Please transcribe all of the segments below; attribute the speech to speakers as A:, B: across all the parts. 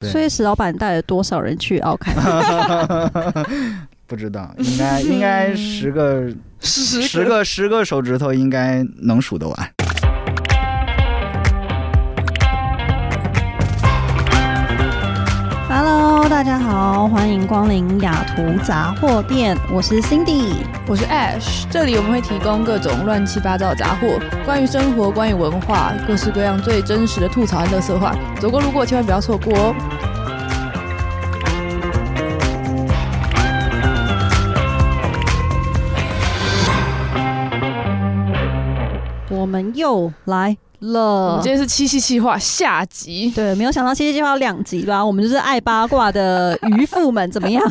A: 对
B: 所以史老板带了多少人去奥凯？
A: 不知道，应该应该 十个
C: 十
A: 十个十个手指头应该能数得完。
B: Hello，大家好，欢迎光临雅图杂货店，我是 Cindy。
C: 我是 Ash，这里我们会提供各种乱七八糟的杂货，关于生活，关于文化，各式各样最真实的吐槽和乐色话，走过路过千万不要错过哦。
B: 我们又来
C: 我
B: 了
C: 们今。天是七夕计划下集，
B: 对，没有想到七夕计划有两集吧？我们就是爱八卦的渔夫们，怎么样？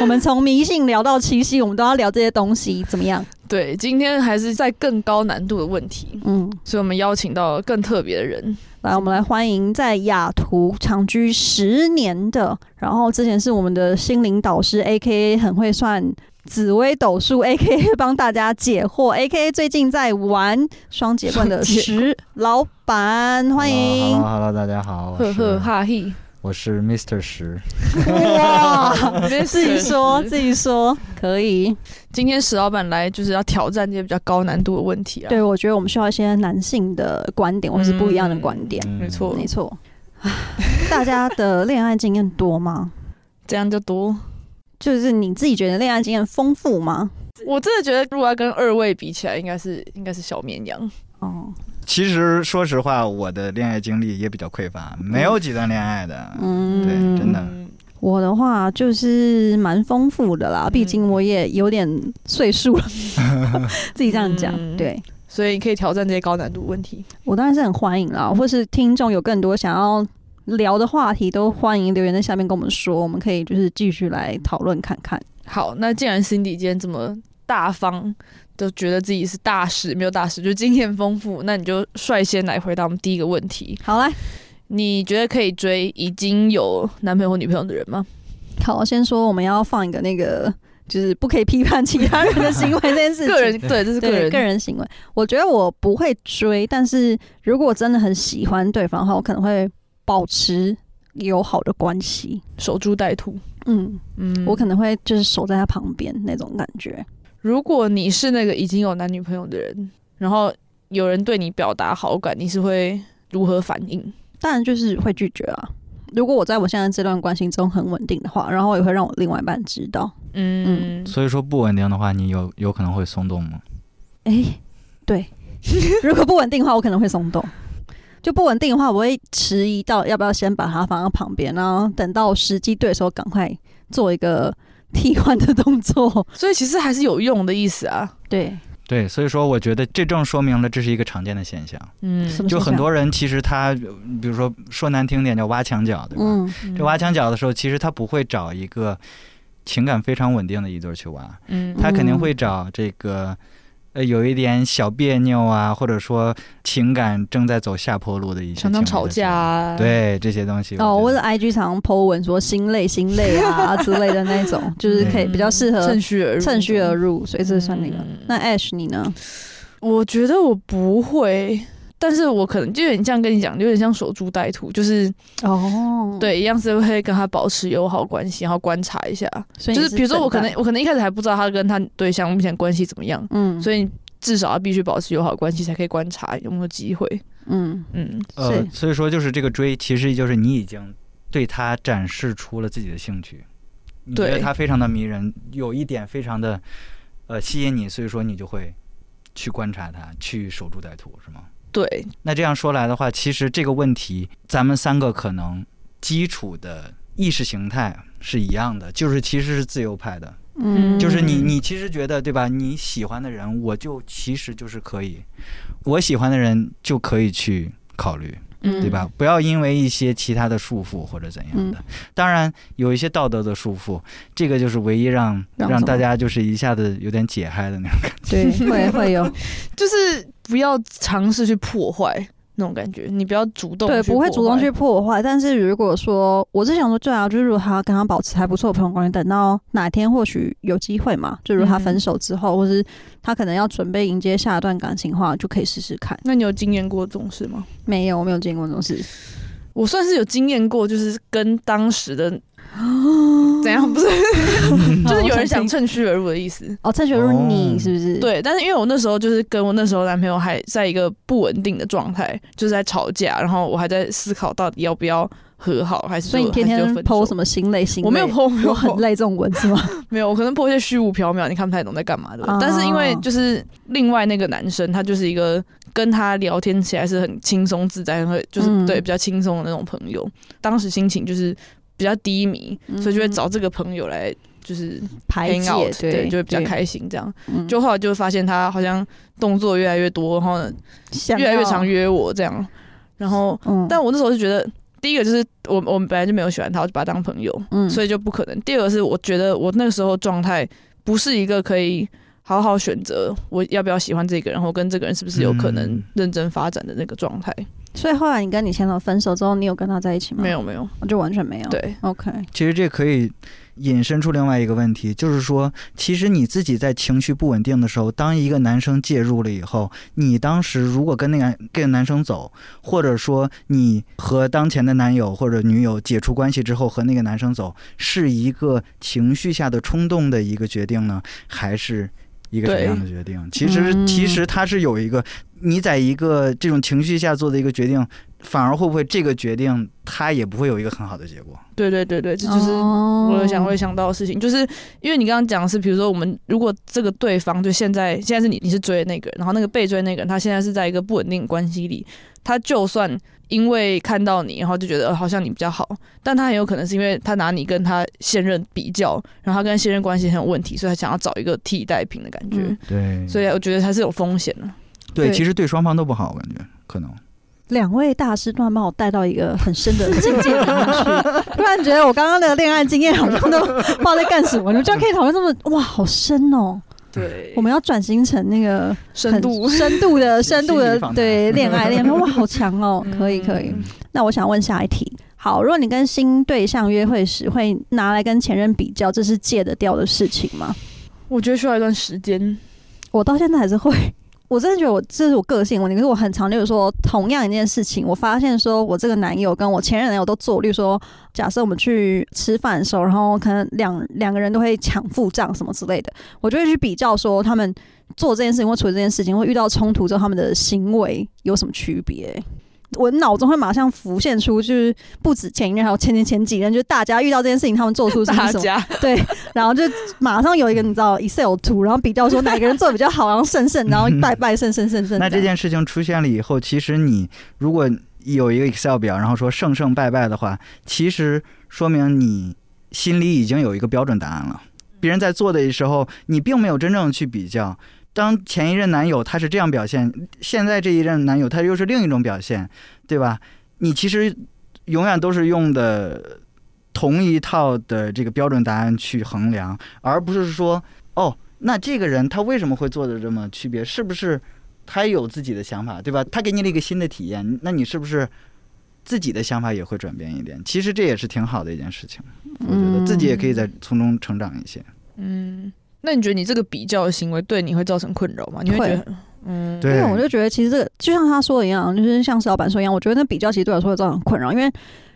B: 我们从迷信聊到七夕，我们都要聊这些东西，怎么样？
C: 对，今天还是在更高难度的问题，
B: 嗯，
C: 所以我们邀请到更特别的人，
B: 来，我们来欢迎在雅图长居十年的，然后之前是我们的心灵导师，A K A 很会算紫微斗数，A K A 帮大家解惑，A K A 最近在玩双节棍的
C: 双节
B: 石老板，欢迎
A: Hello Hello，大家哦好，我
C: 呵呵
A: 是
C: 哈嘿，
A: 我是 Mr 十，
B: 哇，自己 说
C: 这
B: 自己说可以，
C: 今天史老板来就是要挑战这些比较高难度的问题啊。嗯
B: 对我觉得我们需要一些男性的观点或者是不一样的观点，
A: 嗯
C: 没错
B: 没错， 大家的恋爱经验多吗？
C: 这样就多。
B: 就是你自己觉得恋爱经验丰富吗？
C: 我真的觉得，如果要跟二位比起来，应该是应该是小绵羊。
B: 哦，
A: 其实说实话，我的恋爱经历也比较匮乏，没有几段恋爱的。
B: 嗯，
A: 对真的
C: 嗯，
B: 我的话就是蛮丰富的啦，毕竟我也有点岁数 了，自己这样讲。
C: 嗯
B: 对
C: 所以你可以挑战这些高难度问题。
B: 我当然是很欢迎
C: 嗯
B: 啦，或是听众有更多想要聊的话题，都欢迎留言在下面跟我们说，我们可以就是继续来讨论看看。
C: 好，那既然 Cindy 今天这么大方，都觉得自己是大师，没有大师，就经验丰富，那你就率先来回答我们第一个问题：
B: 好来，
C: 你觉得可以追已经有男朋友或女朋友的人吗？
B: 好，先说我们要放一个那个，就是不可以批判其他人的行为这件事情。
C: 个人对，这是个
B: 对
C: 人
B: 个人行为，我觉得我不会追，但是如果我真的很喜欢对方的话，我可能会保持友好的关系。
C: 守株待兔。
B: 嗯，
C: 嗯
B: 我可能会就是守在他旁边那种感觉。
C: 如果你是那个已经有男女朋友的人，然后有人对你表达好感，你是会如何反应？
B: 当然就是会拒绝啊。如果我在我现在这段关系中很稳定的话，然后也会让我另外一半知道。
C: 嗯，
A: 所以说不稳定的话，你有有可能会松动吗？
B: 诶，哎对，如果不稳定的话，我可能会松动。就不稳定的话，我会迟疑到要不要先把它放到旁边，然后等到时机对的时候，赶快做一个替换的动作。
C: 所以其实还是有用的意思啊。
B: 对，
A: 对，所以说我觉得这正说明了这是一个常见的现象，
C: 嗯
B: 什么
A: 就
B: 现
A: 很
B: 象
A: 多人其实他，比如说说难听点叫挖墙脚，对吧？
B: 嗯，
A: 这挖墙脚的时候，其实他不会找一个情感非常稳定的一对儿去挖，
C: 嗯
A: 他肯定会找这个呃有一点小别扭啊，或者说情感正在走下坡路的一些
C: 常常
A: 情侣
C: 吵
A: 的时候
C: 架，啊，，
A: 对这些东西
B: 哦，
A: 我
B: 我
A: 觉
B: 的
A: 得
B: IG 常常 po 文说心累心累 啊之类的那种，就是可以比较适合
C: 嗯趁虚而入，
B: 趁虚而入，所以这算那个。
C: 嗯
B: 那 Ash 你呢？
C: 我觉得我不会，但是我可能就有点像跟你讲，有点像守株待兔，就是
B: 哦，，
C: 对，一样是会跟他保持友好关系，然后观察一下。
B: 所以
C: 就
B: 你
C: 是比如说我可能
B: 等待
C: 我可能一开始还不知道他跟他对象目前关系怎么样，
B: 嗯，
C: 所以至少要必须保持友好关系，才可以观察有没有机会。
B: 嗯
C: 嗯，
A: 呃
B: 是，
A: 所以说就是这个追，其实就是你已经对他展示出了自己的兴趣，你觉得
C: 对
A: 他非常的迷人，有一点非常的呃吸引你，所以说你就会去观察他，去守株待兔，是吗？
C: 对，
A: 那这样说来的话，其实这个问题，咱们三个可能基础的意识形态是一样的，就是其实是自由派的，
B: 嗯，
A: 就是你
C: 嗯
A: 你其实觉得对吧？你喜欢的人，我就其实就是可以，我喜欢的人就可以去考虑，
C: 嗯，
A: 对吧？不要因为一些其他的束缚或者怎样的。
B: 嗯
A: 当然有一些道德的束缚，这个就是唯一让
B: 让
A: 让
B: 什
A: 大
B: 么
A: 家就是一下子有点解嗨的那种。
B: 对会会有
C: 就是不要尝试去破坏那种感觉，你不要主动
B: 对
C: 去
B: 不会
C: 破
B: 主动
C: 坏
B: 去破坏，但是如果说我是想说，对啊，就是如果他跟他保持还不错的朋友关系，等到哪天或许有机会嘛，就如果他
C: 嗯
B: 分手之后，或是他可能要准备迎接下一段感情的话，就可以试试看。
C: 那你有经验过这种事吗？
B: 没有，我没有见过这种事。
C: 我算是有经验过，就是跟当时的
B: 哦
C: 怎样不是，就是有人想趁虚而入的意思。
B: 哦，蔡学儒
A: 哦
B: 你是不是？，
C: 对，但是因为我那时候就是跟我那时候男朋友还在一个不稳定的状态，就是在吵架，然后我还在思考到底要不要和好，还是
B: 所以你天天
C: 剖
B: PO 什
C: 么？
B: 么心累心累？
C: 我没有，剖，没有
B: 我很
C: po
B: 累这种文字吗？
C: 没有，我可能剖一些虚无缥缈，你看不太懂在干嘛的。但是因为
B: 哦
C: 就是另外那个男生，他就是一个跟他聊天起来是很轻松自在，会就是、
B: 嗯
C: 对比较轻松的那种朋友。当时心情就是比较低迷，所以 就会找这个朋友来就是
B: 嗯排
C: hang
B: 解
C: out，，对，就会比较，开心这样。
B: 嗯
C: 就后来就会发现他好像动作越来越多，然后
B: 想
C: 越来越常
B: 要。
C: 约我这样。然后，
B: 嗯
C: 但我那时候就觉得，第一个就是我我们本来就没有喜欢他，我就把他当朋友，
B: 嗯
C: 所以就不可能。第二个是我觉得我那个时候状态不是一个可以好好选择我要不要喜欢这个人，或跟这个人是不是有可能
A: 嗯
C: 认真发展的那个状态。
B: 所以后来你跟你前男友分手之后，你有跟他在一起吗？
C: 没，有没有，
B: 我就完全没有。
C: 对，
B: ，OK，
A: 其实这可以引申出另外一个问题，就是说，其实你自己在情绪不稳定的时候，当一个男生介入了以后，你当时如果跟那个跟男生走，或者说你和当前的男友或者女友解除关系之后和那个男生走，是一个情绪下的冲动的一个决定呢，还是？一个什么
C: 对
A: 样的决定？其实，
B: 嗯
A: 其实它是有一个，你在一个这种情绪下做的一个决定，反而会不会这个决定它也不会有一个很好的结果？
C: 对对对对，这就是
B: 我
C: 我有
B: 哦
C: 想会想到的事情，就是因为你刚刚讲的是，比如说我们如果这个对方就现在现在是你你是追的那个人，然后那个被追那个人他现在是在一个不稳定的关系里，他就算因为看到你，然后就觉得、呃好像你比较好，但他很有可能是因为他拿你跟他现任比较，然后他跟现任关系很有问题，所以他想要找一个替代品的感觉，
B: 嗯
A: 对
C: 所以我觉得他是有风险的。
A: 对，
B: 对
A: 其实对双方都不好，我感觉可能。
B: 两位大师突然把我带到一个很深 的境界里面去，突然觉得我刚刚的恋爱经验好像都不知道在干什么。你们居然可以讨论这么哇，好深哦！
C: 对
B: 我们要转型成那个很
C: 深度
B: 深度 的、
A: 心
B: 深
A: 理
B: 度的
A: 访谈
B: 对恋爱恋爱，哇，好强 哦！
C: 嗯
B: 可以可以
A: 嗯。
B: 那我想问下一题，好，如果你跟新对象约会时会拿来跟前任比较，这是戒得掉的事情吗？
C: 我觉得需要一段时间，
B: 我到现在还是会。 我真的觉得我这是我个性问题，可是我很常，例如说同样一件事情，我发现说我这个男友跟我前任男友都做，例如说，假设我们去吃饭的时候，然后可能两两个人都会抢付账什么之类的，我就会去比较说他们做这件事情或处理这件事情，或遇到冲突之后他们的行为有什么区别。我脑中会马上浮现出，就是不止前一任，还有前前前几任，就是大家遇到这件事情，他们做出是
C: 大
B: 什么
C: 家
B: 对，然后就马上有一个你知道 Excel 图，然后比较说哪个人做的比较好，然后胜胜，然后拜拜胜胜胜胜。
A: 那这件事情出现了以后，其实你如果有一个 Excel 表，然后说胜胜败败的话，其实说明你心里已经有一个标准答案了。别人在做的时候，你并没有真正去比较。当前一任男友他是这样表现，现在这一任男友他又是另一种表现，对吧？你其实永远都是用的同一套的这个标准答案去衡量，而不是说哦，那这个人他为什么会做的这么区别？是不是他有自己的想法，对吧？他给你了一个新的体验，那你是不是自己的想法也会转变一点？其实这也是挺好的一件事情，我觉
B: 嗯
A: 得自己也可以在从中成长一些。
C: 嗯，那你觉得你这个比较的行为对你会造成困扰吗？你会觉得，嗯，
A: 对
B: 因为我就觉得其实这个就像他说的一样，就是像石老板说一样，我觉得那比较其实对我来说会造成困扰，因为。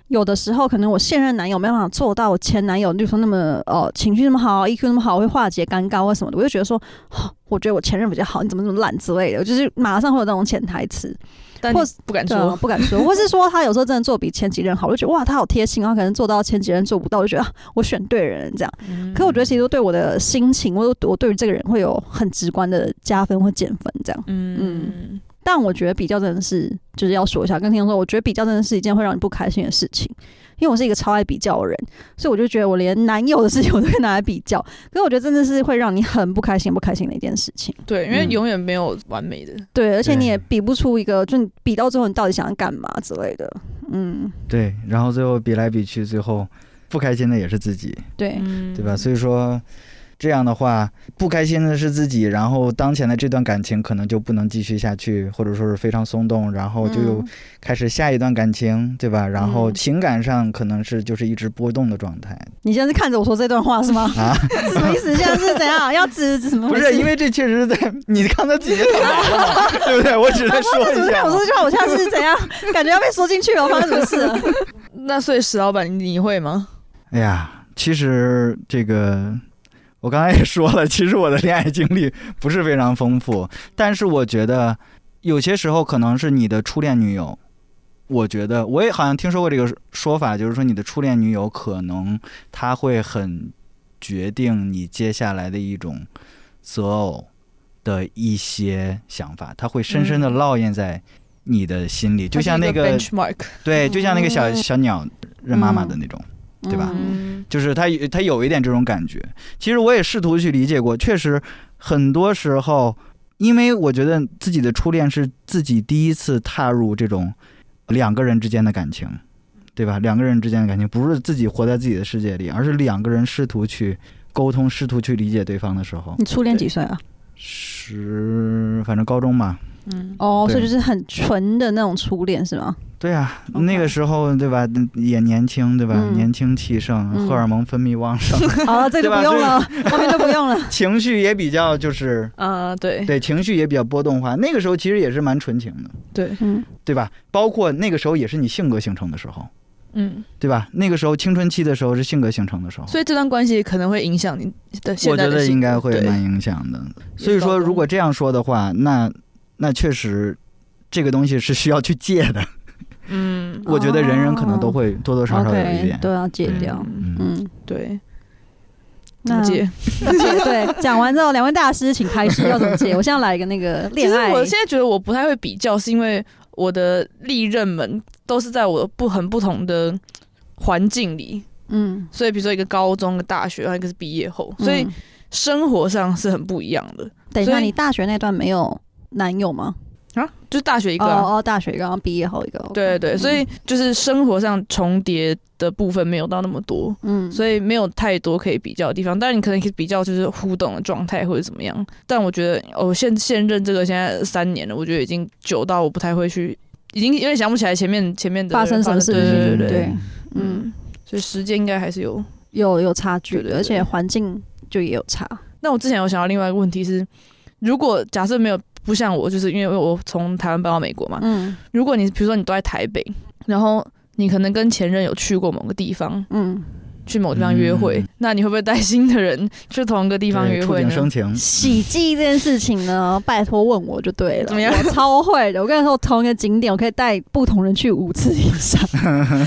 B: 有的时候，可能我现任男友没办法做到我前男友，例如说那么哦情绪那么好，EQ 那么好，会化解尴尬或什么的，我就觉得说，哦我觉得我前任比较好，你怎么这么烂之类的，我就是马上会有那种潜台词。
C: 但
B: 或
C: 你不敢
B: 对啊
C: 说，
B: 不敢说，或是说他有时候真的做比前几任好，我就觉得哇，他好贴心，然后可能做到前几任做不到，我就觉得、啊我选对人了这样。
C: 嗯
B: 可我觉得其实对我的心情，我我对于这个人会有很直观的加分或减分这样。
C: 嗯
B: 但我觉得比较真的是，就是要说一下，跟听众说，我觉得比较真的是一件会让你不开心的事情，因为我是一个超爱比较的人，所以我就觉得我连男友的事情 我都会拿来比较，可是我觉得真的是会让你很不开心、不开心的一件事情。
C: 对，因为
A: 嗯
C: 永远没有完美的，
B: 对，而且你也
A: 对
B: 比不出一个，就你比到最后你到底想要干嘛之类的。嗯，
A: 对，然后最后比来比去，最后不开心的也是自己，
B: 对。
C: 嗯
A: 对吧？所以说，这样的话，不开心的是自己，然后当前的这段感情可能就不能继续下去，或者说是非常松动，然后就又
B: 嗯
A: 开始下一段感情，对吧？然后
C: 嗯
A: 情感上可能是就是一直波动的状态
B: 你现在是看着我说这段话是吗？
A: 啊，
B: 什么意思？现在是怎样？要指指什么
A: 不
B: 回事？
A: 是，因为这确实是在 你刚才自己也坦白 了嘛，对不对？我只是在说
B: 怎么
A: 一
B: 看
A: 下
B: 我
A: 嘛
B: 说。这句话，我现在是怎样？感觉要被说进去了，发生什么事了？
C: 嗯那所以石老板，你你会吗？
A: 哎呀，其实这个我刚才也说了，其实我的恋爱经历不是非常丰富，但是我觉得有些时候可能是你的初恋女友。我觉得我也好像听说过这个说法，就是说你的初恋女友可能她会很决定你接下来的一种择偶的一些想法，她会深深的
C: 嗯
A: 烙印在你的心里，就像那
C: 它
A: 个
C: 是一 benchmark，
A: 对，就像那个小
B: 嗯
A: 小鸟认妈妈的那种。对吧
B: 嗯
C: 嗯
A: 就是他有他有一点这种感觉。其实我也试图去理解过，确实很多时候，因为我觉得自己的初恋是自己第一次踏入这种两个人之间的感情，对吧？两个人之间的感情不是自己活在自己的世界里，而是两个人试图去沟通、试图去理解对方的时候，
B: 你初恋几岁啊？
A: 十反正高中嘛，
C: 嗯，
B: 哦，所以
A: 对
B: 就是很纯的那种初恋是 吗？
A: 对啊
B: OK
A: 那个时候对吧，也年轻对吧，
B: 嗯
A: 年轻气盛，
B: 嗯
A: 荷尔蒙分泌旺盛，
B: 好了，这就
A: 对吧
B: 不用了，后面就不用了。
A: 情绪也比较就是
C: 啊，对
A: 对，情绪也比较波动化。那个时候其实也是蛮纯情的，
C: 对，
B: 嗯，
A: 对吧？包括那个时候也是你性格形成的时候，
C: 嗯，
A: 对吧？那个时候青春期的时候是性格形成的时候，
C: 所以这段关系可能会影响你的现
A: 我
C: 在
A: 觉
C: 的
A: 得
C: 性格，
A: 应该会
C: 对
A: 蛮影响的。所以说，
C: 也是高中
A: 如果这样说的话，那那确实这个东西是需要去戒的。
C: 嗯
A: 我觉得人人可能都会多多少少有一
B: OK，
A: 点。
B: 都要戒掉。
C: 嗯
A: 嗯，
B: 嗯，
C: 对，怎
B: 那
C: 么解？
B: 对，讲完之后，两位大师请开始要怎么解？我现在来一个那个
C: 其
B: 恋
C: 实
B: 爱，
C: 我现在觉得我不太会比较，是因为我的历任们都是在我不很不同的环境里，
B: 嗯，
C: 所以比如说一个高中、一个大学，然后一个是毕业后，所以
B: 嗯
C: 生活上是很不一样的
B: 等一
C: 所
B: 下，
C: 以
B: 你大学那段没有男友吗？
C: 啊。就是大学一个、啊，
B: 哦哦，大学刚刚毕业后一个，
C: 对对，
B: 嗯
C: 所以就是生活上重叠的部分没有到那么多，
B: 嗯，
C: 所以没有太多可以比较的地方。当然，你可能可以比较就是互动的状态或者怎么样，但我觉得哦，现现任这个现在三年了，我觉得已经久到我不太会去，已经有点想不起来前面前面的
B: 发生什么事
C: 对对对对
B: 情
C: 对，
B: 对嗯，
C: 嗯，所以时间应该还是有。
B: 有有差距
C: 对对
B: 的，
C: 对
B: 而且环境就也有差。
C: 那我之前有想到另外一个问题是，如果假设没有不像我，就是因为我从台湾搬到美国嘛，
B: 嗯
C: 如果你比如说你都在台北，然后你可能跟前任有去过某个地方，
B: 嗯，
C: 去某地方约会，
A: 嗯
C: 那你会不会带新的人去同一个地方
A: 对
C: 约
A: 触
C: 会
A: 景
C: 呢
A: 生？情，
B: 喜记这件事情呢，拜托问我就对了。
C: 怎么样
B: 我超会的。我跟你说，我同一个景点，我可以带不同人去五次以 上，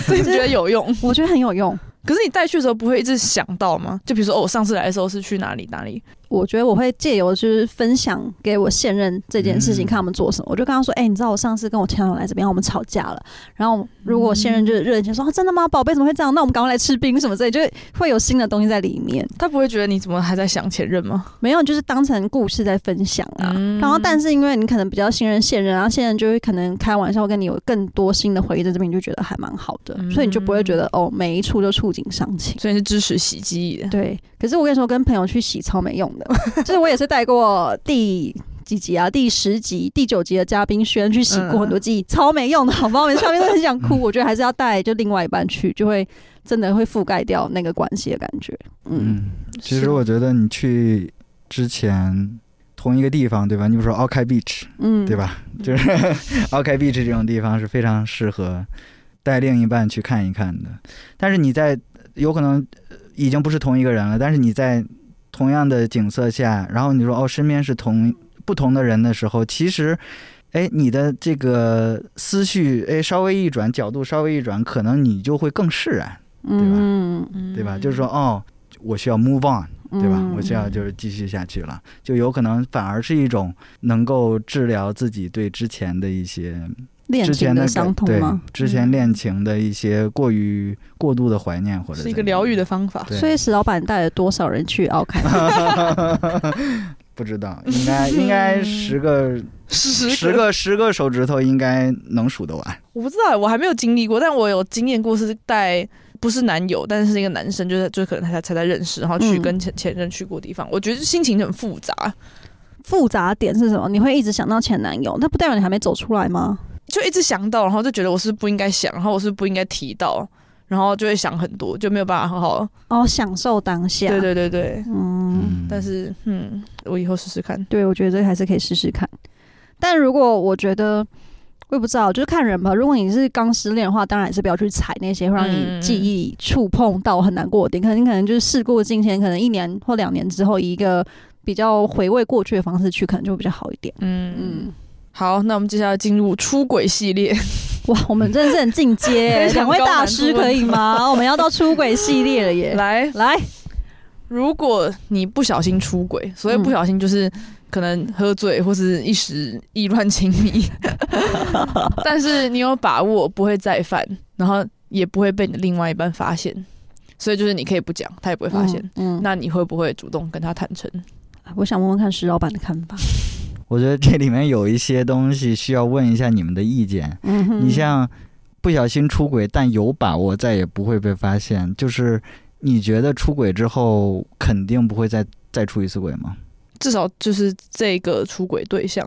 C: 所以你觉得有用？
B: 我觉得很有用。
C: 可是你带去的时候不会一直想到吗？就比如说，哦，我上次来的时候是去哪里哪里？
B: 我觉得我会借由就是分享给我现任这件事情，
A: 嗯
B: 看他们做什么。我就跟他说：“哎、你知道我上次跟我前男友来怎么样？我们吵架了。然后如果我现任
C: 嗯
B: 就是热情说：‘啊，真的吗，宝贝？怎么会这样？那我们赶快来吃冰什么之类，就会有新的东西在里面。
C: 他不会觉得你怎么还在想前任吗？
B: 没有，就是当成故事在分享啊。
C: 嗯
B: 然后，但是因为你可能比较信任现任，然啊后现任就会可能开玩笑跟你有更多新的回忆在这边，你就觉得还蛮好的，
C: 嗯
B: 所以你就不会觉得哦，每一处都触景伤情。
C: 所以你是支持洗记忆的。
B: 对，可是我跟你说，跟朋友去洗超没用 的，就是我也是带过第。几集啊？第十集、第九集的嘉宾轩去洗过很多记忆，超没用的，好吗？我们上面都很想
C: 嗯
B: 哭。我觉得还是要带就另外一半去，就会真的会覆盖掉那个关系的感觉。嗯，
A: 嗯。其实我觉得你去之前同一个地方，对吧？你比如说 o k Beach，
B: 嗯，
A: 对？吧？就是 o k Beach 这种地方是非常适合带另一半去看一看的。但是你在有可能呃已经不是同一个人了，但是你在同样的景色下，然后你说哦，身边是同不同的人的时候，其实。哎，你的这个思绪，哎，稍微一转，角度稍微一转，可能你就会更释然，
B: 嗯，
A: 对吧？就是说，，哦，我需要 move on，对吧？
B: 嗯
A: 我需要就是继续下去了，就有可能反而是一种能够治疗自己对之前的一些
B: 恋
A: 之
B: 情
A: 前的感
B: 伤痛
A: 对
B: 吗？嗯
A: 之前恋情的一些过于过度的怀念，或者
C: 是一
A: 怎
C: 个
A: 么
C: 疗愈的
A: 样。
C: 方 法。
A: 对
B: 所以 史老板带了多少人去奥凯？
A: 不知道，应该应该十个
C: 十
A: 十个十个手指头应该能数得完。
C: 我不知道，我还没有经历过，但我有经验过是带不是男友，但是是一个男生，就是就可能他才在认识，然后去
B: 嗯
C: 跟前前任去过的地方，我觉得心情很复杂。
B: 复杂点是什么？你会一直想到前男友，那不代表你还没走出来吗？
C: 就一直想到，然后就觉得我是不应该想，然后我是不应该提到，然后就会想很多，就没有办法很好。
B: 哦，享受当下。
C: 对，对对对，
B: 嗯，
A: 嗯
C: 但是嗯，我以后试试看。
B: 对，我觉得这个还是可以试试看。但如果我觉得，我也不知道，就是看人吧。如果你是刚失恋的话，当然还是不要去踩那些会让
C: 嗯
B: 你记忆触碰到很难过的点。可能你可能就是事过境迁，可能一年或两年之后，以一个比较回味过去的方式去，可能就会比较好一点。
C: 嗯嗯，
B: 嗯，
C: 好，那我们接下来进入出轨系列。，
B: 哇，我们真的是很进阶欸
C: 非常
B: 两位
C: 高
B: 大
C: 难
B: 师
C: 度
B: 可以 吗？我们要到出轨系列了 耶！
C: 来，
B: 来，
C: 如果你不小心出轨，所谓
B: 嗯
C: 不小心就是可能喝醉或是一时意乱情迷，但是你有把握不会再犯，然后也不会被你的另外一半发现，所以就是你可以不讲，他也不会发现。
B: 嗯，
C: 那你会不会主动跟他坦诚？
B: 嗯我想问问看石老板的看法。
A: 我觉得这里面有一些东西需要问一下你们的意见。
B: 嗯哼
A: 你像不小心出轨，但有把握再也不会被发现，就是你觉得出轨之后肯定不会再再出一次轨吗？
C: 至少就是这个出轨对象，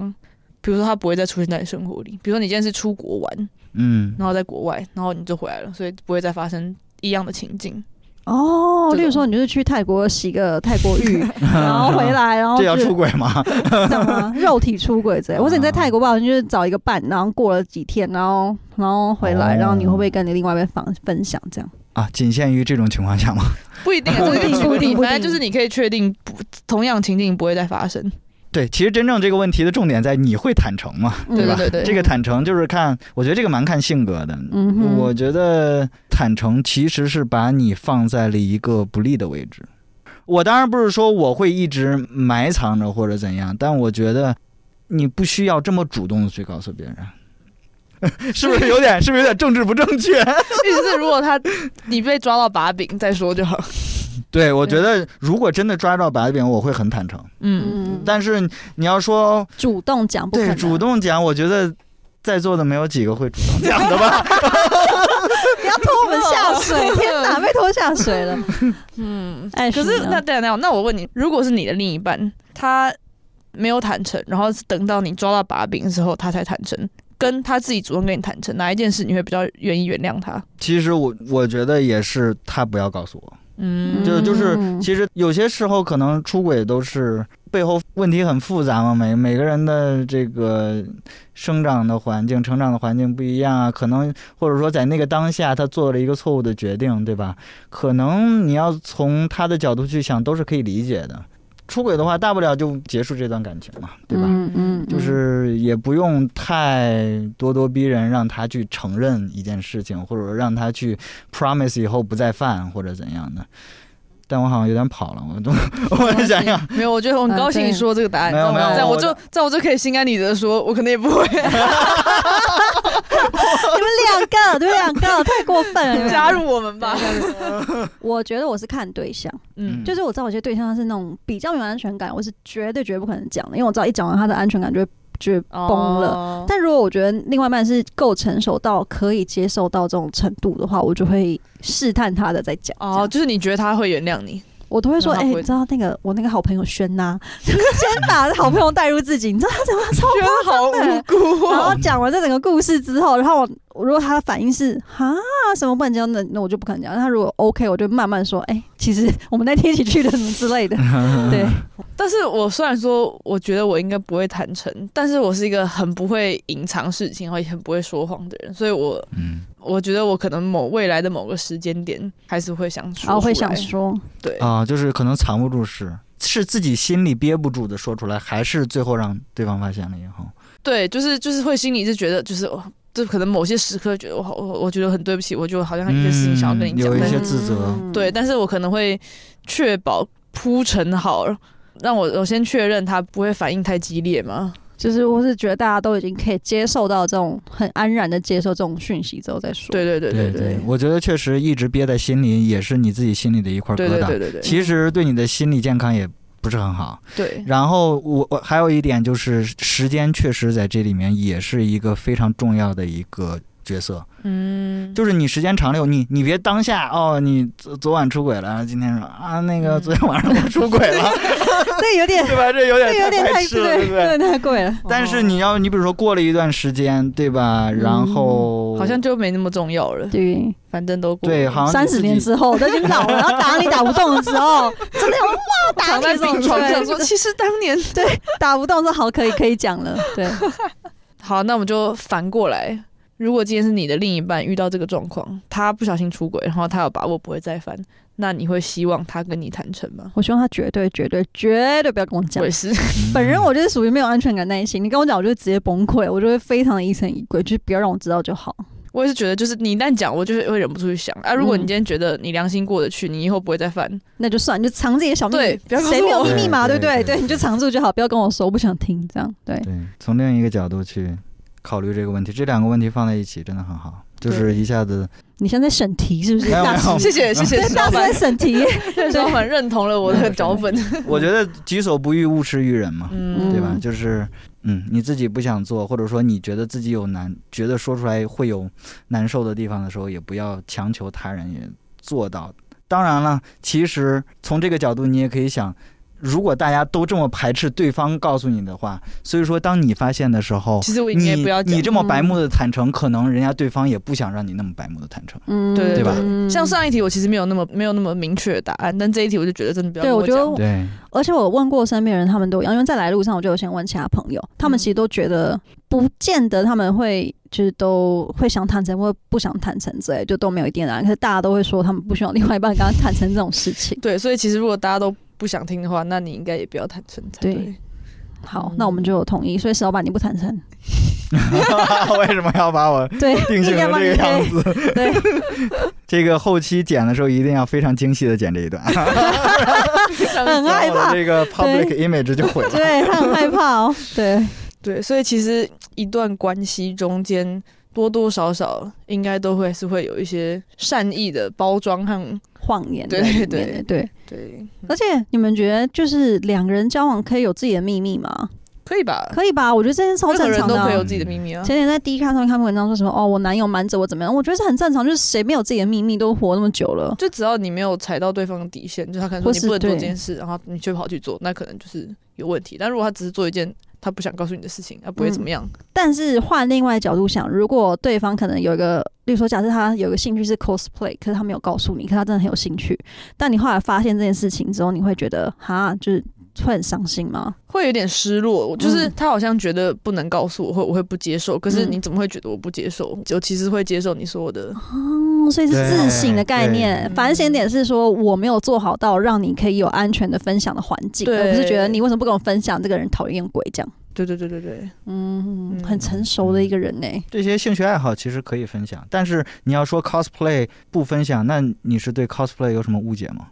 C: 比如说他不会再出现在你生活里。比如说你今天是出国玩，
A: 嗯，
C: 然后在国外，然后你就回来了，所以不会再发生一样的情境。
B: 哦，
C: 这
B: 例如
C: 种
B: 说你就是去泰国洗个泰国 浴，然后回来，
C: 哦
B: 然后
A: 这要
B: 就
A: 出轨吗？
B: 这样吗？肉体出轨 之类，或者你在泰国不小心就是找一个伴，然后过了几天，然后然后回来，
A: 哦
B: 然后你会不会跟你另外一半分分享这样？
A: 啊，仅限于这种情况下吗？
C: 不一定啊，
B: 不一定
C: 这个举
B: 不
C: 个
B: 一定
C: 例
B: 不一定
C: 反正就是你可以确定不同样情境不会再发生。
A: 对，其实真正这个问题的重点在你会坦诚吗？
B: 嗯
C: 对
A: 吧？
C: 对对对
A: 这个坦诚就是看，我觉得这个蛮看性格的。
B: 嗯哼，
A: 我觉得坦诚其实是把你放在了一个不利的位置。我当然不是说我会一直埋藏着或者怎样，但我觉得你不需要这么主动的去告诉别人， 是不是有点？是不是有点政治不正确？
C: 意思是如果他你被抓到把柄再说就好。
A: 对，我觉得如果真的抓到把柄，我会很坦诚。
C: 嗯，
B: 嗯，
A: 但是你要说
B: 主动讲不可
A: 对
B: 能，
A: 主动讲，我觉得在座的没有几个会主动讲的吧？
B: 不要拖我们下 水，天哪，被拖下水了。
C: 嗯，
B: 哎，
C: 可是
B: 呢
C: 那对啊，那那我问你，如果是你的另一半，他没有坦诚，然后是等到你抓到把柄之后，他才坦诚，跟他自己主动跟你坦诚，哪一件事你会比较愿意原谅他？
A: 其实我我觉得也是，他不要告诉我。
C: 嗯
A: 就就是
B: 嗯，
A: 其实有些时候可能出轨都是背后问题很复杂嘛，每每个人的这个生长的环境、成长的环境不一样啊，可能或者说在那个当下他做了一个错误的决定，对吧？可能你要从他的角度去想，都是可以理解的。出轨的话，大不了就结束这段感情嘛，对吧？
B: 嗯嗯，
A: 就
B: 嗯
A: 是也不用太咄咄逼人，让他去承认一件事情，或者说让他去 promise 以后不再犯或者怎样的。但我好像有点跑了，我都我想想，
C: 没有，我觉得我很高兴你说这个答案，
A: 没有
C: 你知道吗
A: 没有
C: 这样
A: 我
C: 我就这样我就可以心安理得地说，我可能也不会
B: 你们两个，你们两 个太过分了，你们两
C: 加
B: 个
C: 入我们吧。
B: 我觉得我是看对象，
C: 嗯，
B: 就是我知道有些对象他是那种比较没有安全感，我是绝对绝不可能讲的，因为我知道一讲完他的安全感就会就会
C: 哦
B: 崩了。
C: 了
B: 但如果我觉得另外一半是够成熟到可以接受到这种程度的话，我就会试探他的再讲。
C: 哦，
B: 哦，
C: 就是你觉得他会原谅你，
B: 我都会说，
C: 那
B: 哎、
C: 他不会
B: 你知道那个我那个好朋友轩呐、 先把好朋友带入自己，你知道他怎么超
C: 觉得好无 辜
B: 然后
C: 哦。
B: 讲完这整个故事之后，然后我如果他的反应是哈什么不能讲，那那我就不可能讲。那他如果 OK，我就慢慢说，哎、其实我们那天一起去的什么之类的。
A: 嗯
B: 对，
C: 但是我虽然说我觉得我应该不会坦诚，但是我是一个很不会隐藏事情，然后也很不会说谎的人，所以我
A: 嗯
C: 我觉得我可能某未来的某个时间点还是会想说出来，
B: 然哦后会想说，
C: 对。
A: 啊，就是可能藏不住是是自己心里憋不住的说出来，还是最后让对方发现了以后，
C: 对，就是就是会心里是觉得，就是哦，就可能某些时刻觉得我好，我我觉得很对不起，我就好像有些事情想要跟你讲，
A: 嗯有一
C: 但
A: 些
C: 是
A: 自责
B: 嗯
C: 对，，但是我可能会确保铺陈好，让我我先确认他不会反应太激烈嘛。
B: 就是我是觉得大家都已经可以接受到这种很安然的接受这种讯息之后再说。
C: 对对对
A: 对
C: 对对
A: 我觉得确实一直憋在心里也是你自己心里的一块疙瘩，
C: 对对对对对，
A: 其实对你的心理健康也不是很好。
C: 对
A: 然后我我还有一点就是时间确实在这里面也是一个非常重要的一个角色，
C: 嗯，
A: 就是你时间长了以后，你你别当下哦，你昨昨晚出轨了，然后今天说啊那个
C: 嗯
A: 昨天晚上我出轨 了，
B: 这有 点，
A: 对吧？这有点
B: 这有点
A: 白
B: 太
A: 痴了，对
B: 对，
A: 不对？
B: 对太贵了。
A: 但是你要你比如说过了一段时间，对
B: 嗯
A: 吧？然后
C: 好像就没那么重要了，
B: 对，
C: 反正都过
A: 对，好像
B: 三
A: 自
B: 十
A: 己
B: 年之后，都已经老了，然后打你打不动的时候，真的有哇，打
C: 躺
B: 你
C: 在
B: 这种
C: 病床上
B: 对
C: 说，其实当 年
B: 打不动说好，可以可以讲了，对，
C: 好，那我们就反过来，如果今天是你的另一半遇到这个状况，他不小心出轨，然后他有把握不会再犯，那你会希望他跟你坦诚吗？
B: 我希望他绝对绝对绝对不要跟我讲
C: 我也。是，
A: 嗯
B: 本人我就是属于没有安全感那一型，你跟我讲我就会直接崩溃，我就会非常的疑神疑鬼，就是不要让我知道就好。
C: 我也是觉得，就是你一旦讲，我就是会忍不住去想啊。如果你
B: 嗯
C: 今天觉得你良心过得去，你以后不会再犯，
B: 那就算，你就藏自己的小秘
C: 对
B: 密，
C: 不要告诉
B: 谁没有
C: 我
B: 秘密嘛，
A: 对
B: 对不对？
A: 对对
B: 对，你就藏住就好，不要跟我说，我不想听，这样对。
A: 对，从另一个角度去考虑这个问题，这两个问题放在一起真的很好，就是一下子
B: 你现在在审题是不是？
A: 没有
B: 大
A: 没有
B: 师，
C: 谢谢谢谢
B: 对，
C: 石老
B: 大师
C: 板
B: 在，审题，
C: 谢谢石老板认同了我的脚本，
A: 嗯我觉得己所不欲，勿施于人嘛，
C: 嗯，
A: 对吧？
B: 嗯
A: 就是嗯，你自己不想做，或者说你觉得自己有难，觉得说出来会有难受的地方的时候，也不要强求他人也做到。当然了，其实从这个角度，你也可以想，如果大家都这么排斥对方告诉你的话，所以说当你发现的时候，
C: 其实我应该
A: 你
C: 不要讲嗯
A: 你，这么白目的坦诚，可能人家对方也不想让你那么白目的坦诚。
B: 嗯，
C: 对
A: 对吧
B: 嗯
C: 像上一题我其实没有那么没有那么明确的答案，但这一题我就觉得真的不要
B: 对
C: 跟
B: 我
C: 我
B: 觉得
C: 讲，
A: 对，
B: 而且我问过身边人，他们都一样，因为在来路上我就有先问其他朋友，他们
C: 嗯。
B: 其实都觉得不见得他们会就是都会想坦诚或不想坦诚之类，就都没有一定的答案。可是大家都会说他们不希望另外一半跟他坦诚这种事情
C: 对，所以其实如果大家都不想听的话，那你应该也不要坦诚才
B: 对
C: 对
B: 好，那我们就有同意。所以石老板你不坦 诚，
A: 为什么要把我
B: 对，
A: 定性
B: 应该
A: 成
B: 帮
A: 这个
B: 你
A: 样子？
B: 对，
A: 这个后期剪的时候一定要非常精细的剪这一段，
B: 很害
A: 然后我的
B: 怕，
A: 这个 public image 就毁 了。
B: 对他很害怕哦，对，
C: 对，所以其实一段关系中间多多少少应该都会是会有一些善意的包装和
B: 谎言
C: 对
B: 在里面
C: 对
B: 的对。
C: 对，
B: 而且你们觉得就是两个人交往可以有自己的秘密吗？
C: 可以吧？
B: 可以吧？我觉得这件事超
C: 任何
B: 正
C: 人
B: 常
C: 都
B: 的啊、
C: 可以有自己的秘密啊。
B: 前几天在 D 看上面看过文章，说什么哦，我男友瞒着我怎么样？我觉得是很正常，就是谁没有自己的秘密，都活那么久了。
C: 就只要你没有踩到对方的底线，就他可能说
B: 或
C: 你
B: 是
C: 不能做
B: 对
C: 这件事，然后你却跑去做，那可能就是有问题。但如果他只是做一件他不想告诉你的事情，他不会
B: 嗯
C: 怎么样。
B: 但是换另外角度想，如果对方可能有一个，例如说，假设他有个兴趣是 cosplay，可是他没有告诉你，可是他真的很有兴趣，但你后来发现这件事情之后，你会觉得哈，就是会很伤心吗？
C: 会有点失落，就是
B: 嗯
C: 他好像觉得不能告诉我，或我会不接受。可是
B: 嗯
C: 你怎么会觉得我不接受？我其实会接受你说我的，
B: 嗯，所以是自省的概念，
C: 对
B: 反省点是说我没有做好到让你可以有安全的分享的环境，
C: 对
B: 而不是觉得你为什么不跟我分享，这个人讨厌鬼这样。
C: 对对对对对，
B: 嗯
C: 嗯，
B: 很成熟的一个人呢、
A: 这些兴趣爱好其实可以分享，但是你要说 cosplay 不分享，那你是对 cosplay 有什么误解吗？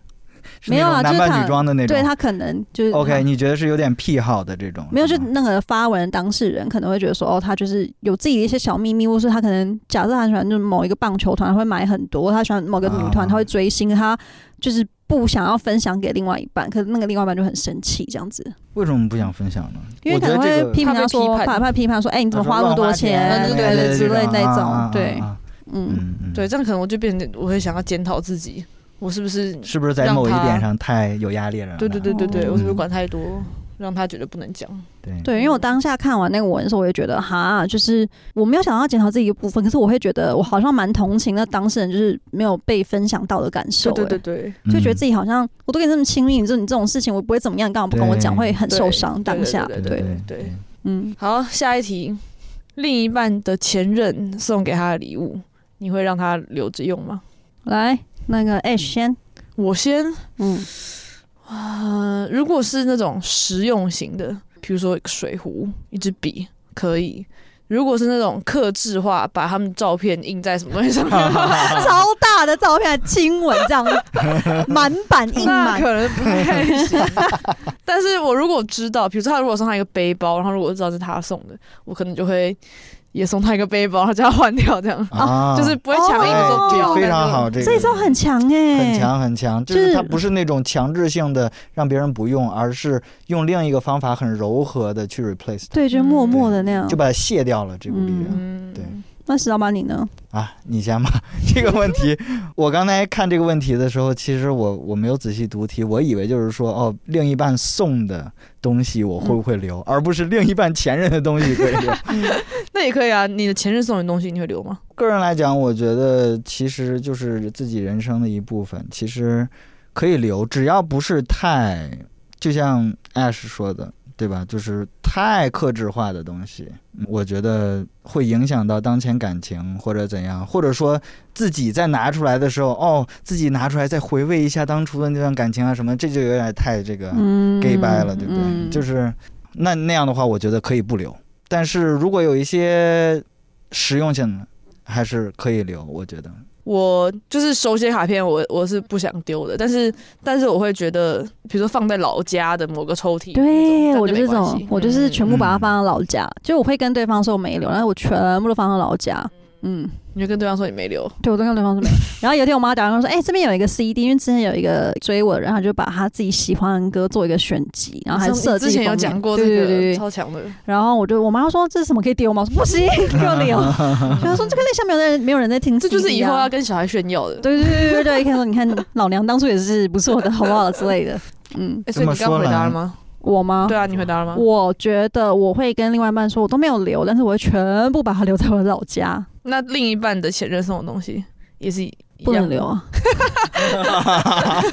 A: 是
B: 没有
A: 那
B: 啊
A: 种
B: 就
A: 男
B: 是
A: 扮
B: 他
A: 女装的那种。
B: 对他可能就是
A: OK，你嗯觉得是有点癖好的这种？
B: 没有，就是
A: 吗
B: 那个发文的当事人可能会觉得说，哦，他就是有自己的一些小秘密，或是他可能假设他喜欢就是某一个棒球团，他会买很多；他喜欢某个女团，
A: 啊
B: 他会追星，他就是不想要分享给另外一半，可是那个另外一半就很生气这样子，
A: 为什么不想分享呢？
B: 因为
A: 我
B: 可
A: 觉得
B: 能
A: 这
B: 会
A: 个
B: 批评
C: 怕被
B: 他说，
C: 批判
B: 怕怕批判说，哎，你怎么花那么多
A: 啊
B: 钱，
A: 说
C: 对
A: 乱
B: 对
A: 花钱
B: 对之类那
A: 啊啊啊
B: 种，对
A: 啊，啊
B: 嗯，
A: 嗯嗯，
C: 对，，这样可能我就变成我会想要检讨自己，我是不是？
A: 是不是在
C: 让
A: 某一
C: 他
A: 点上太有压力了呢？
C: 对对对对对，
B: 哦
C: 我是不是管太多，让他觉得不能讲？
A: 对
B: 对，因为我当下看完那个文的时候，我也觉得哈，就是我没有想到检讨自己的部分，可是我会觉得我好像蛮同情那当事人，就是没有被分享到的感受、
C: 对
B: 欸，
C: 对对对，
B: 就觉得
A: 嗯
B: 自己好像我都跟你这么亲密，你这你这种事情我不会怎么样，你干嘛不跟我讲，
A: 对
B: 会很受伤
C: 对
B: 当下。
C: 对
A: 对对
C: 对
A: 对
B: 嗯，
C: 好，下一题，另一半的前任送给他的礼物，你会让他留着用吗？
B: 来那个 H 先，
C: 我先，
B: 嗯，
C: 啊、如果是那种实用型的，比如说水壶、一支笔，可以。如果是那种刻制化，把他们照片印在什么东西 上面，啊
B: 超大的照片，亲吻 这样，满版印
C: 那
B: 满，
C: 可能 不太行。但是我如果知道，比如说他如果送他一个背包，然后如果知道是他送的，我可能就会也送他一个背包，然后叫他换掉，这样、
A: 啊，
C: 就是不会强硬
A: 哎
C: 地说不要。
A: 这非常好，
C: 但
A: 这个
B: 这一招很强哎、
A: 很强很强，就
B: 就是是
A: 它不是那种强制性的让别人不用，而是用另一个方法很柔和的去 replace 它，嗯
B: 对，就默默的那样
A: 就。把它卸掉了这股力
C: 就。
A: 量。
C: 嗯
A: 对
B: 那石老板你呢？
A: 啊，你先吧。这个问题，我刚才看这个问题的时候，其实我我没有仔细读题，我以为就是说，哦，另一半送的东西我会不会留，而不是另一半前任的东西会留。
B: 嗯
C: 那也可以啊。你的前任送你东西，你会留吗？
A: 个人来讲，我觉得其实就是自己人生的一部分，其实可以留，只要不是太，就像 Ash 说的，对吧？就是太克制化的东西，嗯我觉得会影响到当前感情或者怎样，或者说自己在拿出来的时候，哦，自己拿出来再回味一下当初的那段感情啊什么，这就有点太这个。
B: 嗯
A: gay 掰了，对不对？就是那那样的话，我觉得可以不留。但是如果有一些实用性的，还是可以留。我 觉得
C: 我就是手写卡片我，我是不想丢的，但是但是我会觉得，比如说放在老家的某个抽屉那种，
B: 对
C: 那
B: 我就是
C: 没
B: 这
C: 关
B: 种
C: 系，
B: 我就是全
C: 嗯
B: 部把它放到老家，就我会跟对方说我没留，然后我全部都放到老家。嗯，
C: 你就跟对方说你没留，
B: 对，我都跟对方说没。 然后有一天我妈打电话说，哎、这边有一个 CD，因为之前有一个追我的人，他就把他自己喜欢的歌做一个选集，然后还
C: 你
B: 设计
C: 之前有
B: 封面
C: 讲过这
B: 对
C: 个
B: 对对对
C: 超强的，
B: 然后我就我妈说这是什么可以丢吗？我说不行，给我 留。然后说这个下面有人没有人在听 CD 啊、
C: 这就是以后要跟小孩炫耀的。
B: 对对对对对，可以说你看老娘当初也是不错的，好不好之类的。嗯，
C: 哎，所以你
A: 这
C: 刚
A: 么说
C: 回答
A: 来
C: 了吗？
B: 我吗？
C: 对啊，你回答了吗？
B: 我觉得我会跟另外一半说，我都没有留，但是我会全部把它留在我的老家，
C: 那另一半的前任送的东西也是一
B: 不能
C: 样的
B: 留。啊。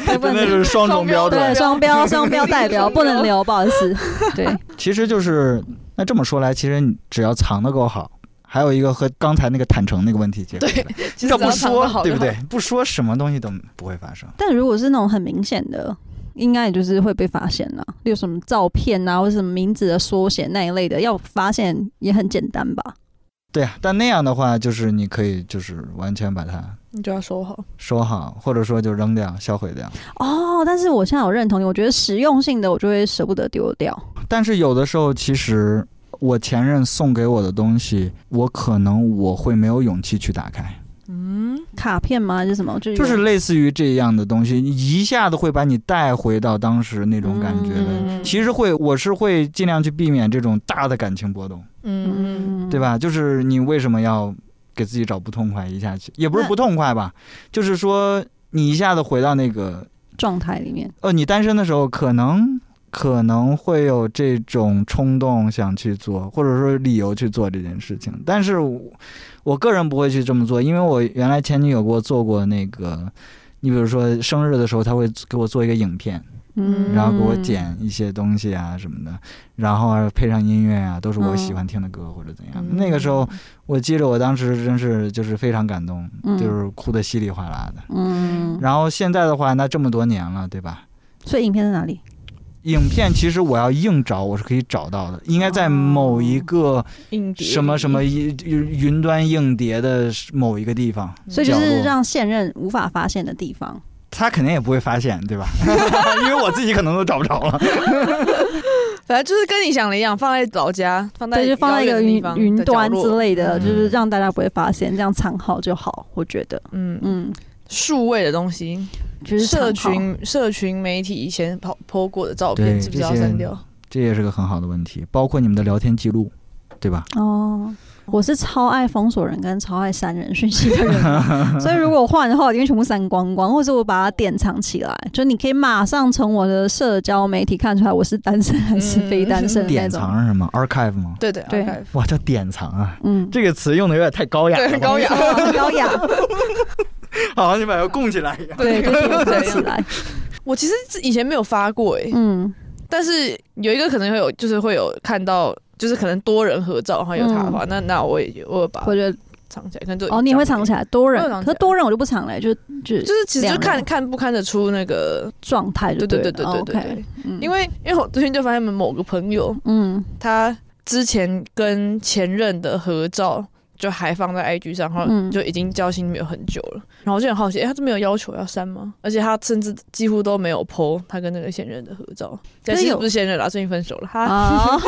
A: 真的是双重标准
B: 对，。双标，双标代表不能留，不好意思。对，
A: 其实就是那这么说来，其实你只要藏得够好，还有一个和刚才那个坦诚那个问题结合起来，
C: 其实
A: 要
C: 只
A: 不
C: 要藏得
A: 说
C: 好
A: 对不
C: 就好
A: 对？？不说什么东西都不会发生。
B: 但如果是那种很明显的，应该也就是会被发现了，例如什么照片啊，或者什么名字的缩写那一类的，要发现也很简单吧？
A: 对啊，但那样的话，就是你可以就是完全把它
C: 你就要收好。
A: 收好，或者说就扔掉、销毁掉。
B: 哦，但是我现在有认同你，我觉得实用性的我就会舍不得丢掉。
A: 但是有的时候，其实我前任送给我的东西，我可能我会没有勇气去打开，
C: 嗯，
B: 卡片吗？还是什么？就
A: 就是
B: 有
A: 类似于这样的东西，一下子会把你带回到当时那种感觉的。
C: 嗯
A: 其实会，我是会尽量去避免这种大的感情波动，
C: 嗯，
A: 对？吧？就是你为什么要给自己找不痛快一下去？也不是
B: 那
A: 不痛快吧，就是说你一下子回到那个
B: 状态里面，
A: 呃，你单身的时候可能可能会有这种冲动想去做，或者说理由去做这件事情，但是我我个人不会去这么做，因为我原来前女友给我做过那个。你比如说生日的时候，他会给我做一个影片，
B: 嗯，
A: 然后给我剪一些东西啊什么的，然后啊配上音乐啊，都是我
B: 嗯
A: 喜欢听的歌或者怎样。
C: 嗯
A: 那个时候，我记得我当时真是就是非常感动，
B: 嗯
A: 就是哭得稀里哗啦的。
B: 嗯，
A: 然后现在的话，那这么多年了，对吧？
B: 所以影片在哪里？
A: 影片其实我要硬找，我是可以找到的，应该
B: 哦
A: 在某一个
C: 硬碟
A: 什么什么一云端硬碟的某一个地方，
B: 所以就
A: 角
B: 是
A: 落
B: 让现任无法发现的地方。
A: 他肯定也不会发现， 对吧？因为我自己可能都找不着了。
C: 反正就是跟你想的一样，放在老家，放在
B: 对，就放在一
C: 遥
B: 个
C: 远的地
B: 云
C: 方
B: 云
C: 的角
B: 端
C: 落
B: 之类的，
A: 嗯
B: 就是让大家不会发现，这样藏好就好。我觉得，
C: 嗯，
B: 嗯，
C: 数位的东西，
B: 就是藏好
C: 社，群社群媒体以前跑 PO 过的照
A: 对
C: 片，是不是要
A: 这些
C: 删掉？
A: 这也是个很好的问题，包括你们的聊天记录，对吧？
B: 哦。我是超爱封锁人跟超爱删人讯息的 人，所以如果我换的话，我一定会全部删光光，或者我把它典藏起来。就你可以马上从我的社交媒体看出来我是单身还是非单身的那
A: 典
B: 种。
A: 藏是吗？archive 吗？
C: 对对
B: 对
C: archive
A: 哇，叫典藏啊！
B: 嗯，
A: 这个词用的有点太 高雅
C: 对
A: 了
C: 很
A: 吧，
C: 高雅，
B: 很高雅，
A: 好像你把它供起 来一样。
B: 对，就是有合起来。
C: 我其实以前没有发过诶，
B: 嗯，
C: 但是有一个可能会有，就是会有看到，就是可能多人合照，然后有他的话，那那我也我也把它
B: 我觉得
C: 藏起来，可能就
B: 嗯哦，你也会藏起
C: 来。
B: 来多人
C: 我有藏，起
B: 可
C: 来
B: 是多人我就不藏了、就就
C: 就是其实就
B: 两
C: 看
B: 人
C: 看不看得出那个，
B: 状态就
C: 对
B: 对
C: 对对对对对
B: o k
C: 对，
B: 嗯
C: 因为因为我最近就发现某个朋友，
B: 嗯
C: 他之前跟前任的合照就还放在 IG 上，然
B: 嗯
C: 后就已经交心没有很久了。然后我就很好奇，哎、他这没有要求要删吗？而且他甚至几乎都没有 PO 他跟那个现任的合照，但
B: 可是
C: 是
B: 有
C: 不是现任啦，最近分手了。哈，
B: 啊，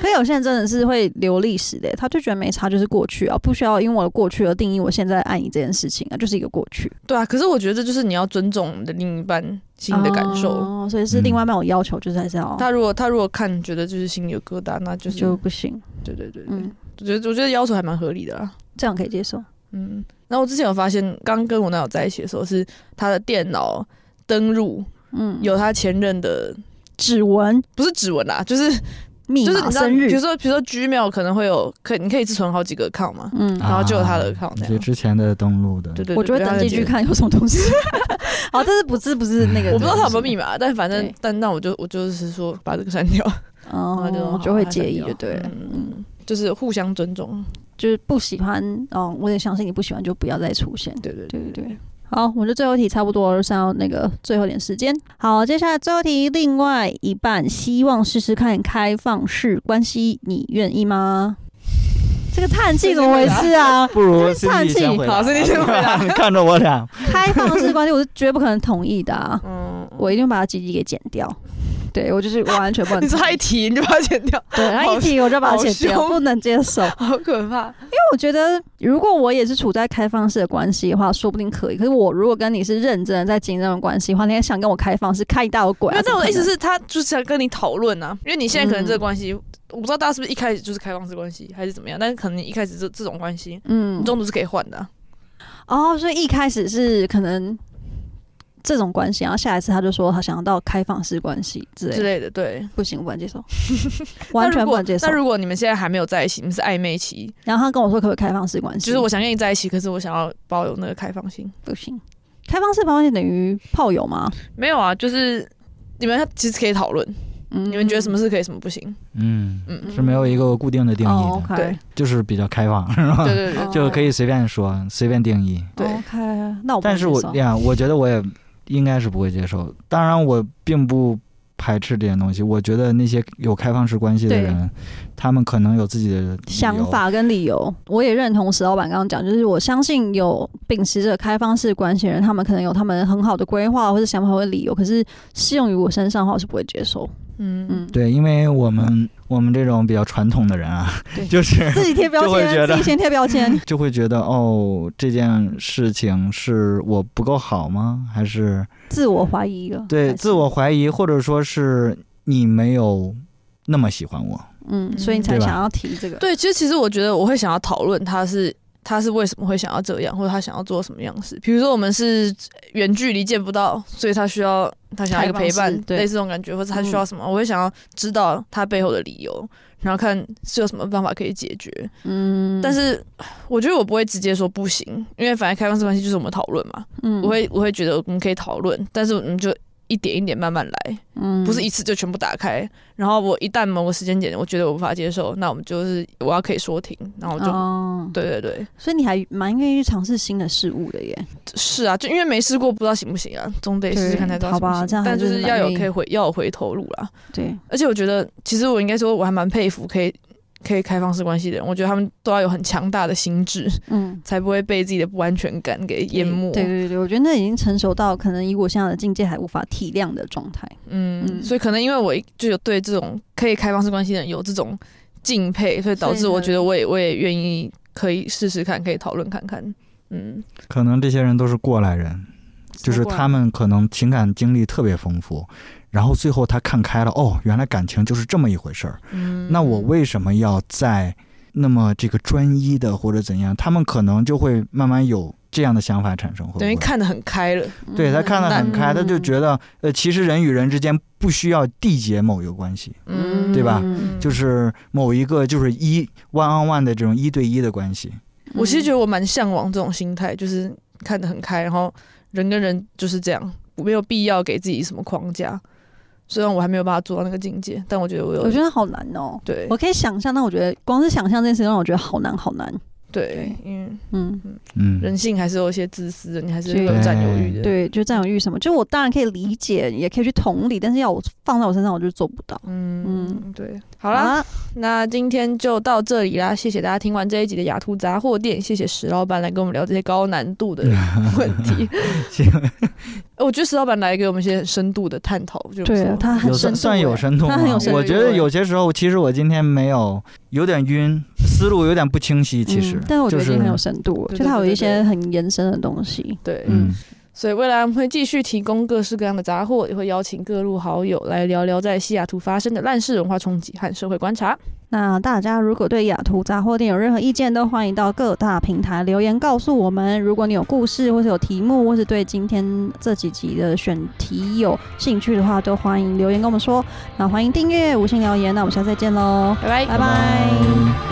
B: 可有些人真的是会留历史的，他就觉得没差，就是过去啊，不需要因为我的过去而定义我现在爱你这件事情啊，就是一个过去
C: 对啊，可是我觉得这就是你要尊重你的另一半心里的感受。
B: 哦，所以是另外一半有要求，就是还是要
C: 他如果他如果看觉得就是心里有疙瘩，那就是
B: 就不行，
C: 对对对对，
B: 嗯，
C: 我觉得我觉得要求还蛮合理的啦。啊
B: 这样可以接受。
C: 嗯，那我之前有发现，刚跟我男友在一起的时候，是他的电脑登入
B: 嗯，
C: 有他前任的，
B: 指纹、
C: 不是指纹啦，就是
B: 密
C: 就是
B: 码、
C: 你知道，
B: 生
C: 比
B: 日
C: 如，说比如说 Gmail 可能会有，可以你可以自存好几个 account 嘛，
B: 嗯，
C: 然后就有他的
A: 啊
C: account 那
A: 就
C: 样
A: 之前的登录的，
C: 对对对，
B: 我就会
C: 对
B: 登进去。看有什么东 西。好，这是不是不是那个？
C: 对他的我不知道他有没
B: 码，
C: 有密码，但反正
B: 对
C: 但那我就我就是说把这个删掉，然后
B: 哦，
C: 就
B: 就会介意，就
C: 就
B: 对了。嗯，
C: 嗯，就是互相尊重，
B: 就是不喜欢哦，我也相信你不喜欢，就不要再出现。
C: 对对
B: 对对对。好，我们就最后一题差不多了，剩下那个最后一点时间。好，接下来最后一题，另外一半希望试试看开放式关系，你愿意吗？这个叹气怎么回事啊？
A: 不如
B: 就是
A: Cindy
B: 叹气
A: 先回答
C: 好，Cindy 先回
A: 看着我俩，
B: 开放式关系我是绝对不可能同意的、啊，
C: 嗯，
B: 我一定把它鸡鸡给剪掉。对我就是我完全不能
C: 你说
B: 同
C: 他一
B: 意，
C: 提你就把它剪掉，
B: 对，然后一提我就把它剪掉，
C: 好凶
B: 不能接受。
C: 好可怕。
B: 我觉得，如果我也是处在开放式的关系的话，说不定可以。可是我如果跟你是认真的在经营这段关系的话，你还想跟我开放式，开一大有鬼、
C: 没
B: 啊。
C: 有，但我的意思
B: 怎么
C: 是，他就是想跟你讨论啊，因为你现在可能这
B: 嗯
C: 个关系，我不知道大家是不是一开始就是开放式关系，还是怎么样，但是可能你一开始这这种关系，
B: 可能，
C: 你
B: 嗯，
C: 中途是可以换的啊、
B: 哦，所以一开始是可能这种关系，然后下一次他就说他想要到开放式关系之类
C: 之
B: 的，
C: 类的。对，
B: 不行，我不能接 受，
C: 那
B: 完
C: 如
B: 全不
C: 果
B: 能接受嗯
C: 那。如果你们现在还没有在一起，你们是暧昧期，
B: 然后他跟我说可不可以开放式关系，
C: 就是我想跟你在一起，可是我想要保有那个开放性。
B: 不行。开放式关系等于炮友吗？
C: 没有啊，就是你们其实可以讨论，
B: 嗯，
C: 你们觉得什么是可以，什么不行。
A: 嗯，
C: 嗯，
A: 是没有一个固定的定义
B: 哦
A: 的，
B: ？OK，
C: 对
A: 就是比较开 放，是吧？
C: 对对对
B: 哦
A: 就可以随便说，随便定义。
C: 对
B: OK，那我哦不能
A: 但是我
B: 接受
A: 呀，我觉得我也应该是不会接受。当然，我并不排斥这些东西。我觉得那些有开放式关系的
C: 对
A: 人，他们可能有自己的理由
B: 想。法跟理由，我也认同石老板刚刚讲，就是我相信有秉持着开放式关系的人，他们可能有他们很好的规划或者想法或者理由，可是适用于我身上的话，我是不会接受。
C: 嗯嗯
B: 嗯，
A: 对，因为我们我们这种比较传统的人啊
B: 对，
A: 就是
B: 自己贴标
A: 就会觉
B: 签，
A: 得
B: 自己先贴标签。
A: 就会觉得哦，这件事情是我不够好吗？还是
B: 自我怀疑 了。
A: 对
B: 哦还是
A: 自我，怀疑，或者说是你没有那么喜欢我？
B: 嗯，所以你才
A: 对吧
B: 想要提这个。
C: 对，其实其实我觉得我会想要讨论他是他是为什么会想要这样，或者他想要做什么样式。比如说我们是远距离见不到，所以他需要他想要一个陪
B: 开放
C: 伴
B: 式，对嗯
C: 类似这种感觉，或者他需要什么，我会想要知道他背后的理由，然后看是有什么办法可以解决。
B: 嗯，
C: 但是我觉得我不会直接说不行，因为反正开放式关系就是我们讨论嘛，
B: 嗯
C: 我会我会觉得我们可以讨论，但是我们就。一点一点慢慢来，
B: 嗯
C: 不是一次就全部打开。然后我一旦某个时间点我觉得我无法接受，那我们就是我要可以说停，然后我就
B: 哦，
C: 对对对，
B: 所以你还蛮愿意去尝试新的事物的耶。
C: 是啊，就因为没试过，不知道行不行啊，总得试试看才知道
B: 对
C: 行不行。
B: 好吧这样还
C: 但就是是要
B: 蛮
C: 有
B: 硬
C: 可以回，要有回头路啦。
B: 对，
C: 而且我觉得，其实我应该说，我还蛮佩服可以可以开放式关系的人。我觉得他们都要有很强大的心智，
B: 嗯。
C: 才不会被自己的不安全感给淹没。
B: 对对对，我觉得那已经成熟到可能以我现在的境界还无法体谅的状态。
C: 嗯，
B: 嗯
C: 所以可能因为我就有对这种可以开放式关系的人有这种敬佩，所以导
B: 所以
C: 致
B: 呢
C: 我觉得我也我也愿意可以试试看，可以讨论看看。嗯，
A: 可能这些人都是过来人，就是他们可能情感经历特别丰富，然后最后他看开了，哦，原来感情就是这么一回事儿。
C: 嗯，
A: 那我为什么要在那么这个专一的或者怎样？他们可能就会慢慢有这样的想法产生，会不
C: 等于
A: 会？
C: 看得很开了。
A: 对他看得很开，
B: 嗯
A: 他就觉得，呃，其实人与人之间不需要缔结某一个关系，
C: 嗯，
A: 对吧
B: 嗯
A: 就是某一个就是一 one on one 的这种一对一的关系。
C: 我其实觉
B: 得，
C: 得我蛮向往这种心态，就是看得很开，然后人跟人就是这样，没有必要给自己什么框架。虽然我还没有办法做到那个境界，但我觉得我有，
B: 我觉得好难哦、
C: 对
B: 我可以想象，但我觉得光是想象这件事情让我觉得好难好难。
C: 对，嗯，
B: 嗯，
A: 嗯，
C: 人性还是有一些自私的，你还是
B: 对
C: 有占有欲的。，
B: 对，就占有欲什么，就我当然可以理解，也可以去同理，但是要我放在我身上，我就做不到。
C: 嗯
B: 嗯，
C: 对，好啦，，那今天就到这里啦，谢谢大家听完这一集的雅图杂货店，谢谢石老板来跟我们聊这些高难度的问 题。
A: 行
C: 我觉得石老板来给我们一些很深度的探讨，就不
B: 对啊
C: 错
B: 他很
A: 有
B: 深
A: 算
B: 度
A: 算
B: 欸
A: 有深度
B: 他
A: 吗
B: 很有？深哎
A: 我
C: 度
A: 觉得有些时候，其实我今天没有，有点晕，思路有点不清晰。其实
B: 嗯，但是我觉得
A: 就
B: 已
A: 是
B: 经很有深度了，
C: 对
B: 就
C: 对
B: 它有
C: 对对
B: 一些很延伸的东西。
C: 对，
A: 嗯，
C: 所以未来我们会继续提供各式各样的杂货，也会邀请各路好友来聊聊在西雅图发生的烂事文化冲击和社会观察。
B: 那大家如果对雅图杂货店有任何意见，都欢迎到各大平台留言告诉我们。如果你有故事，或是有题目，或是对今天这几集的选题有兴趣的话，都欢迎留言跟我们说。那欢迎订阅五星留言，那我们下次再见喽，
C: 拜拜。
B: 拜拜